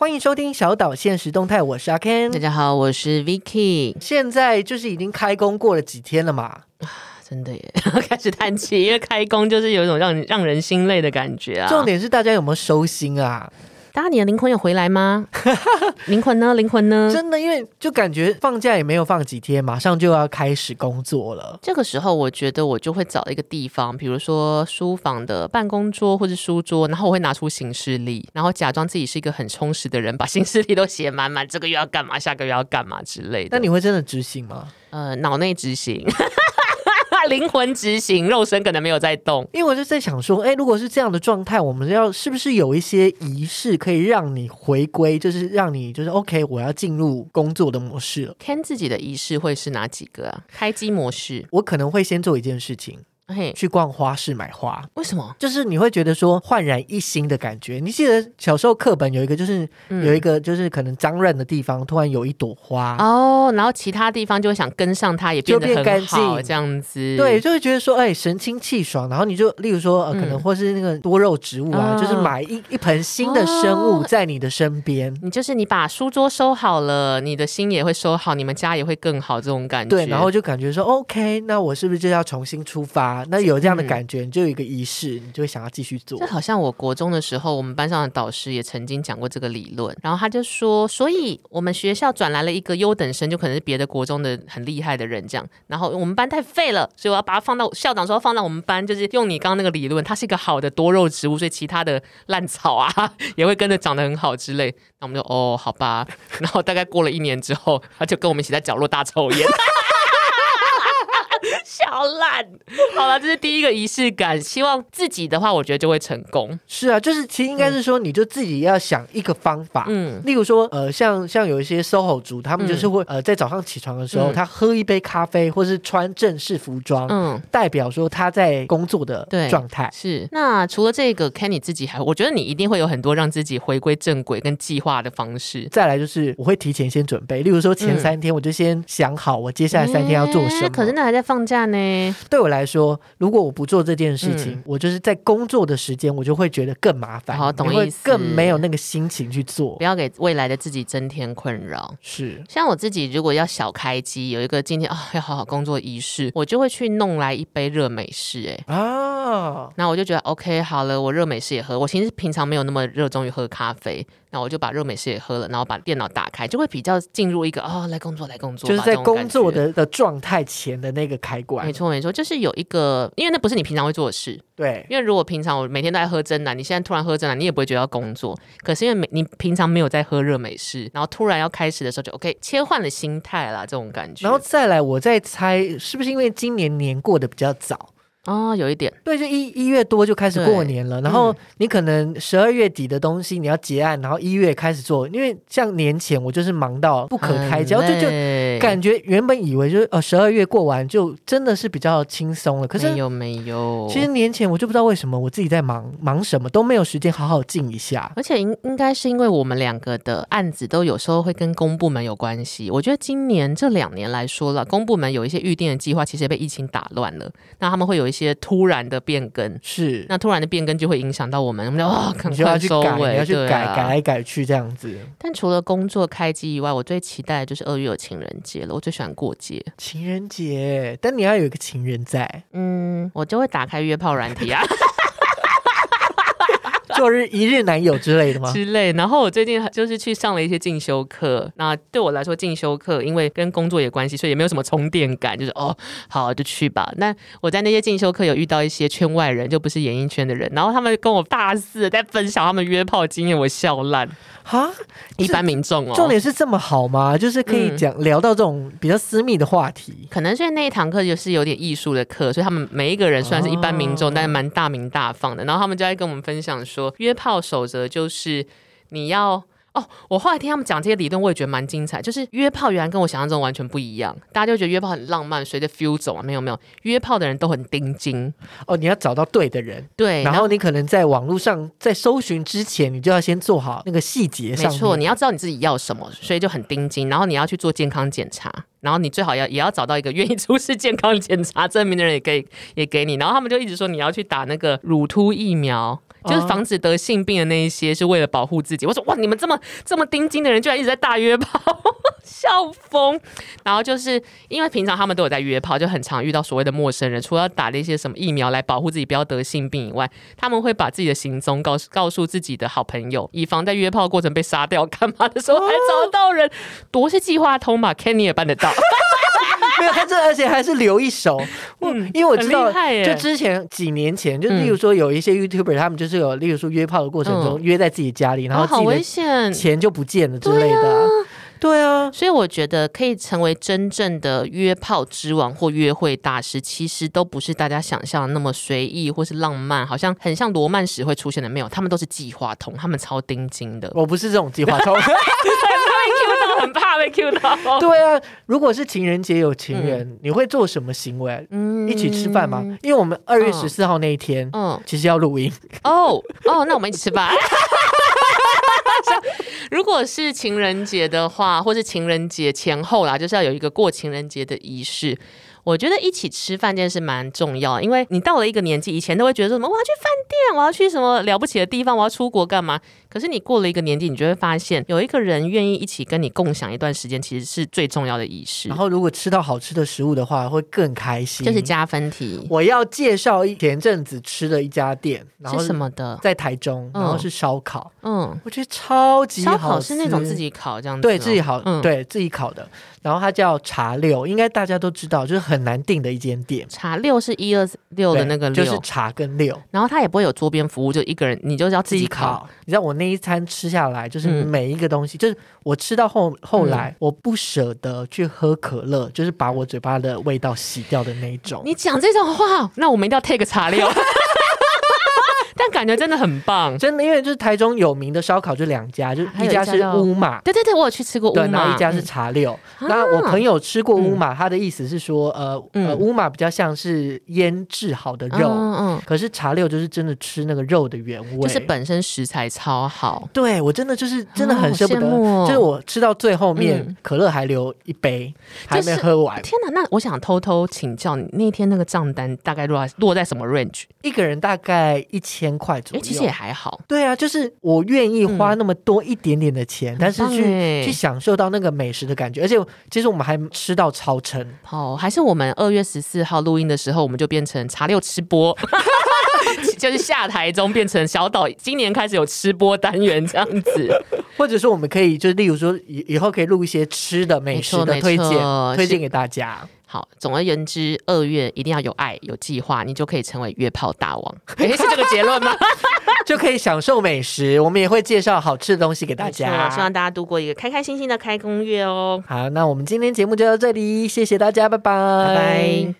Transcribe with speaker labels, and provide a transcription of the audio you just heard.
Speaker 1: 欢迎收听小岛现实动态，我是阿
Speaker 2: 大
Speaker 1: Ken。
Speaker 2: 家好，我是 Vicky，
Speaker 1: 现在就是已经开工过了几天了嘛，
Speaker 2: 真的耶， 开始叹气，因为开工就是有一种让人让人心累的感觉啊。
Speaker 1: 重，点是大家有没有收心啊？
Speaker 2: 大家你的灵魂有回 来吗？灵魂呢？灵魂呢？
Speaker 1: 真的，因为就感觉放假也没有放几天，马上就要开始工作了。
Speaker 2: 这个时候，我觉得我就会找一个地方，比如说书房的办公桌或是书桌，然后我会拿出行事历，然后假装自己是一个很充实的人，把行事历都写满满，这个月要干嘛，下个月要干嘛之类
Speaker 1: 那
Speaker 2: 的。
Speaker 1: 你会真的执行吗？
Speaker 2: 呃，脑内执行， 灵魂执行，肉身可能没有在动。
Speaker 1: 因为我就在想说，哎，如果是这样的状态，我们要是不是有一些仪式可以让你回归，就是让你就是 OK，我要进入工作的模式了。
Speaker 2: Ken 自己的仪式会是哪几个啊？开机模式，
Speaker 1: 我可能会先做一件事情，
Speaker 2: 嘿，
Speaker 1: 去逛花市买花。
Speaker 2: 为什么？
Speaker 1: 就是你会觉得说焕然一新的感觉。你记得小时候课本有一个，就是、
Speaker 2: 嗯
Speaker 1: 有一个就是可能脏乱的地方，突然有一朵花，
Speaker 2: 哦，然后其他地方就会想跟上它，也变得
Speaker 1: 就变干
Speaker 2: 很
Speaker 1: 净
Speaker 2: 好，这样子。
Speaker 1: 对，，就会觉得说，哎、神清气爽。然后你就例如说，呃，可能
Speaker 2: 嗯
Speaker 1: 或是那个多肉植物啊，
Speaker 2: 啊
Speaker 1: 就是买一一盆新的生物
Speaker 2: 哦
Speaker 1: 在你的身边。
Speaker 2: 你就是你把书桌收好了，你的心也会收好，你们家也会更好，这种感觉。
Speaker 1: 对，然后就感觉说，OK，那我是不是就要重新出发？那有这样的
Speaker 2: 嗯
Speaker 1: 感觉，你就有一个仪式，你就会想要继续做
Speaker 2: 这。好像我国中的时候，我们班上的导师也曾经讲过这个理论，然后他就说，所以我们学校转来了一个优等生，就可能是别的国中的很厉害的人这样，然后我们班太废了，所以我要把他放到校长说放到我们班，就是用你刚刚那个理论，它是一个好的多肉植物，所以其他的烂草啊 也会跟着长得很好之类。那我们就哦，好吧，然后大概过了一年之后，他就跟我们一起在角落大抽烟。 笑烂，好了，这是第一个仪式感。希望自己的话，我觉得就会成功。
Speaker 1: 是啊，就是其实应该是说，你就自己要想一个方法。
Speaker 2: 嗯，
Speaker 1: 例如说，呃，像像有一些 SOHO 族，他们就是会、呃在早上起床的时候，
Speaker 2: 嗯
Speaker 1: 他喝一杯咖啡，或是穿正式服装，
Speaker 2: 嗯，
Speaker 1: 代表说他在工作的
Speaker 2: 对
Speaker 1: 状态。
Speaker 2: 是。那除了这个，Kenny 自己还，我觉得你一定会有很多让自己回归正轨跟计划的方式。
Speaker 1: 再来就是我会提前先准备，例如说前三天我就先想好我接下来三天要做什么。
Speaker 2: 嗯可是那还在放假呢。
Speaker 1: 对我来说，如果我不做这件事
Speaker 2: 嗯
Speaker 1: 情，我就是在工作的时间，我就会觉得更麻烦，
Speaker 2: 哦好懂
Speaker 1: 你会
Speaker 2: 意思
Speaker 1: 更没有那个心情去做
Speaker 2: 不。要给未来的自己增添困扰。
Speaker 1: 是，
Speaker 2: 像我自己，如果要小开机，有一个今天啊、要好好工作仪式，我就会去弄来一杯热美式、哎，
Speaker 1: 啊，
Speaker 2: 那我就觉得 OK，好了，我热美式也喝。我其实平常没有那么热衷于喝咖啡，那我就把热美式也喝了，然后把电脑打开，就会比较进入一个哦，来工作，来工作吧，
Speaker 1: 就是在
Speaker 2: 这种感
Speaker 1: 工作
Speaker 2: 觉。
Speaker 1: 的的状态前的那个开关
Speaker 2: 没。错，没错，就是有一个，因为那不是你平常会做的事。
Speaker 1: 对，
Speaker 2: 因为如果平常我每天都在喝真奶，你现在突然喝真奶，你也不会觉得要工作。可是因为每你平常没有在喝热美式，然后突然要开始的时候就 OK，切换了心态啦，这种感觉。
Speaker 1: 然后再来，我再猜是不是因为今年年过得比较早？
Speaker 2: 哦，有一点，
Speaker 1: 对，就一一月多就开始过
Speaker 2: 对
Speaker 1: 年了，然后
Speaker 2: 嗯
Speaker 1: 你可能十二月底的东西你要结案，然后一月开始做，因为像年前我就是忙到不可开交，就就
Speaker 2: 就
Speaker 1: 感觉原本以为就是呃十二月过完就真的是比较轻松了，可是
Speaker 2: 没有没有，
Speaker 1: 其实年前我就不知道为什么我自己在忙忙什么都没有时间好好静一下。
Speaker 2: 而且应应该是因为我们两个的案子都有时候会跟公部门有关系。我觉得今年这两年来说了，公部门有一些预定的计划，其实也被疫情打乱了。那他们会有一些突然的变更，
Speaker 1: 是，
Speaker 2: 那突然的变更就会影响到我们，我们就哦，赶
Speaker 1: 你就要
Speaker 2: 快
Speaker 1: 去
Speaker 2: 收
Speaker 1: 改，你
Speaker 2: 尾，
Speaker 1: 要去
Speaker 2: 对
Speaker 1: 改，
Speaker 2: 啊
Speaker 1: 改来改去这样子。
Speaker 2: 但除了工作开机以外，我最期待的就是二月有情人节了。我最喜欢过节，
Speaker 1: 情人节，但你要有一个情人在，
Speaker 2: 嗯，我就会打开约炮软体 啊
Speaker 1: 做日一日男友之类的吗？
Speaker 2: 之类。然后我最近就是去上了一些进修课，那对我来说进修课，因为跟工作有关系，所以也没有什么充电感，就是哦，好就去吧。那我在那些进修课有遇到一些圈外人，就不是演艺圈的人，然后他们跟我大肆地在分享他们约炮经验，我笑烂。
Speaker 1: 哈，
Speaker 2: 一般民众哦，
Speaker 1: 重点是这么好吗？就是可以
Speaker 2: 嗯
Speaker 1: 讲、聊到这种比较私密的话题。
Speaker 2: 可能是因为那一堂课就是有点艺术的课，所以他们每一个人虽然是一般民众，
Speaker 1: 哦
Speaker 2: 但是蛮大名大放的。然后他们就在跟我们分享说，约炮守则就是你要。哦，我后来听他们讲这些理论，我也觉得蛮精彩。就是约炮原来跟我想象中完全不一样，大家就觉得约炮很浪漫，随着 feel 走啊，没有没有，约炮的人都很钉钉，
Speaker 1: 哦，你要找到对的人，
Speaker 2: 对，
Speaker 1: 然后你可能在网络上在搜寻之前，你就要先做好那个细节
Speaker 2: 没
Speaker 1: 上
Speaker 2: 错，
Speaker 1: 面。
Speaker 2: 你要知道你自己要什么，所以就很盯紧。然后你要去做健康检查，然后你最好要也要找到一个愿意出示健康检查证明的人，也给也给你。然后他们就一直说你要去打那个乳突疫苗。
Speaker 1: 哦
Speaker 2: 就是防止得性病的那一些是为了保护自己。我说哇，你们这么这么钉钉的人，居然一直在大约炮， 笑疯。然后就是因为平常他们都有在约炮，就很常遇到所谓的陌生人，除了打了一些什么疫苗来保护自己不要得性病以外，他们会把自己的行踪告诉告诉自己的好朋友，以防在约炮过程被杀掉干嘛的时候还找到人，多是计划通嘛，Kenny 也办得到。
Speaker 1: 哦没有，他这而且还是留一 手，嗯，因为我知道
Speaker 2: 很厉害，耶嗯
Speaker 1: 就之前几年前，就例如说有一些 YouTuber，他们就是有，例如说约炮的过程中约在自己家里，然后
Speaker 2: 哦嗯好
Speaker 1: 自
Speaker 2: 危
Speaker 1: 己
Speaker 2: 险
Speaker 1: 的。钱就不见了之类的啊，对啊，。
Speaker 2: 所以我觉得可以成为真正的约炮之王或约会大师，其实都不是大家想象的那么随意或是浪漫，好像很像罗曼史会出现的，没有，他们都是计划通，他们超钉钉 的
Speaker 1: 我不是这种计划通，
Speaker 2: 被 Q 到，很怕被 Q 到。
Speaker 1: 对啊，如果是情人节有情人，你会做什么行为？
Speaker 2: 嗯
Speaker 1: 一起吃饭吗？？因为我们二月
Speaker 2: 嗯
Speaker 1: 十四号那一天，
Speaker 2: 嗯，
Speaker 1: 其实要录音，
Speaker 2: 哦哦，那我们一起吃 吧。如果是情人节的话，或是情人节前后啦，就是要有一个过情人节的仪式。我觉得一起吃饭这件事蛮重要的，因为你到了一个年纪，以前都会觉得说什么我要去饭店，我要去什么了不起的地方，我要出国干嘛？可是你过了一个年纪，你就会发现，有一个人愿意一起跟你共享一段时间，其实是最重要的仪式
Speaker 1: 然，后如果吃到好吃的食物的话，会更开心。
Speaker 2: 这是加分题。
Speaker 1: 我要介绍一前阵子吃的一家店，然后
Speaker 2: 是什么的？
Speaker 1: 在台中，
Speaker 2: 嗯
Speaker 1: 然后是烧烤，
Speaker 2: 嗯，
Speaker 1: 我觉得超级好
Speaker 2: 烧
Speaker 1: 吃。
Speaker 2: 烤是那种自己烤这样子哦，
Speaker 1: 对自己好，
Speaker 2: 嗯
Speaker 1: 对自己烤的。然后它叫茶六，应该大家都知道，就是很难订的一间店。
Speaker 2: 茶六是一二六的
Speaker 1: 对
Speaker 2: 那个
Speaker 1: 就
Speaker 2: 六，
Speaker 1: 是茶跟六
Speaker 2: 然后他也不会有桌边服务，就一个人，你就是要自己烤。。
Speaker 1: 你知道我那一餐吃下来，就是
Speaker 2: 嗯
Speaker 1: 每一个东西，就是我吃到后后来，我不舍得去喝可乐，就是把我嘴巴的味道洗掉的那一种。
Speaker 2: 你讲这种话，那我们一定要 take 茶六， 但感觉真的很棒。
Speaker 1: 真的，因为就是台中有名的烧烤就两家，就是
Speaker 2: 啊还
Speaker 1: 一
Speaker 2: 有
Speaker 1: 家
Speaker 2: 一家
Speaker 1: 是
Speaker 2: 叫
Speaker 1: 乌马，
Speaker 2: 对对对，我有去吃过乌
Speaker 1: 对，然
Speaker 2: 马，
Speaker 1: 后一家是
Speaker 2: 嗯
Speaker 1: 茶六。
Speaker 2: 啊
Speaker 1: 那我朋友吃过乌马，他的意思是说，呃呃，
Speaker 2: 嗯
Speaker 1: 乌马比较像是腌制好的肉，
Speaker 2: 嗯嗯，
Speaker 1: 可是茶六就是真的吃那个肉的原味，
Speaker 2: 就是本身食材超好，
Speaker 1: 对我真的就是真的很
Speaker 2: 啊
Speaker 1: 舍不
Speaker 2: 好
Speaker 1: 得，
Speaker 2: 羡慕哦
Speaker 1: 就是我吃到最后面，
Speaker 2: 嗯
Speaker 1: 可乐还留一杯，还没
Speaker 2: 就是
Speaker 1: 喝完。
Speaker 2: 天哪！那我想偷偷请教你，那天那个账单大概落在落在什么 range？
Speaker 1: 一个人大概一千块左
Speaker 2: 哎，
Speaker 1: 右，
Speaker 2: 其实也还好，
Speaker 1: 对啊，就是我愿意花那么多一点点的钱，但是
Speaker 2: 很棒
Speaker 1: 去
Speaker 2: 欸
Speaker 1: 去享受到那个美食的感觉，而且其实我们还吃到超撑，
Speaker 2: 哦，还是我们二月十四号录音的时候，我们就变成茶六吃播， 就是下台中变成小岛，今年开始有吃播单元这样子。
Speaker 1: 或者说我们可以就例如说以以后可以录一些吃的美食的
Speaker 2: 没错
Speaker 1: 推
Speaker 2: 没
Speaker 1: 荐，
Speaker 2: 错
Speaker 1: 推荐给大家。
Speaker 2: 好，总而言之，二月一定要有爱有计划，你就可以成为约炮大王。诶，是这个结论吗？
Speaker 1: 就可以享受美食，我们也会介绍好吃的东西给大
Speaker 2: 没 错希
Speaker 1: 家
Speaker 2: 望。大家度过一个开开心心的开工月哦。
Speaker 1: 好，那我们今天节目就到这里，谢谢大家，拜拜，
Speaker 2: 拜拜。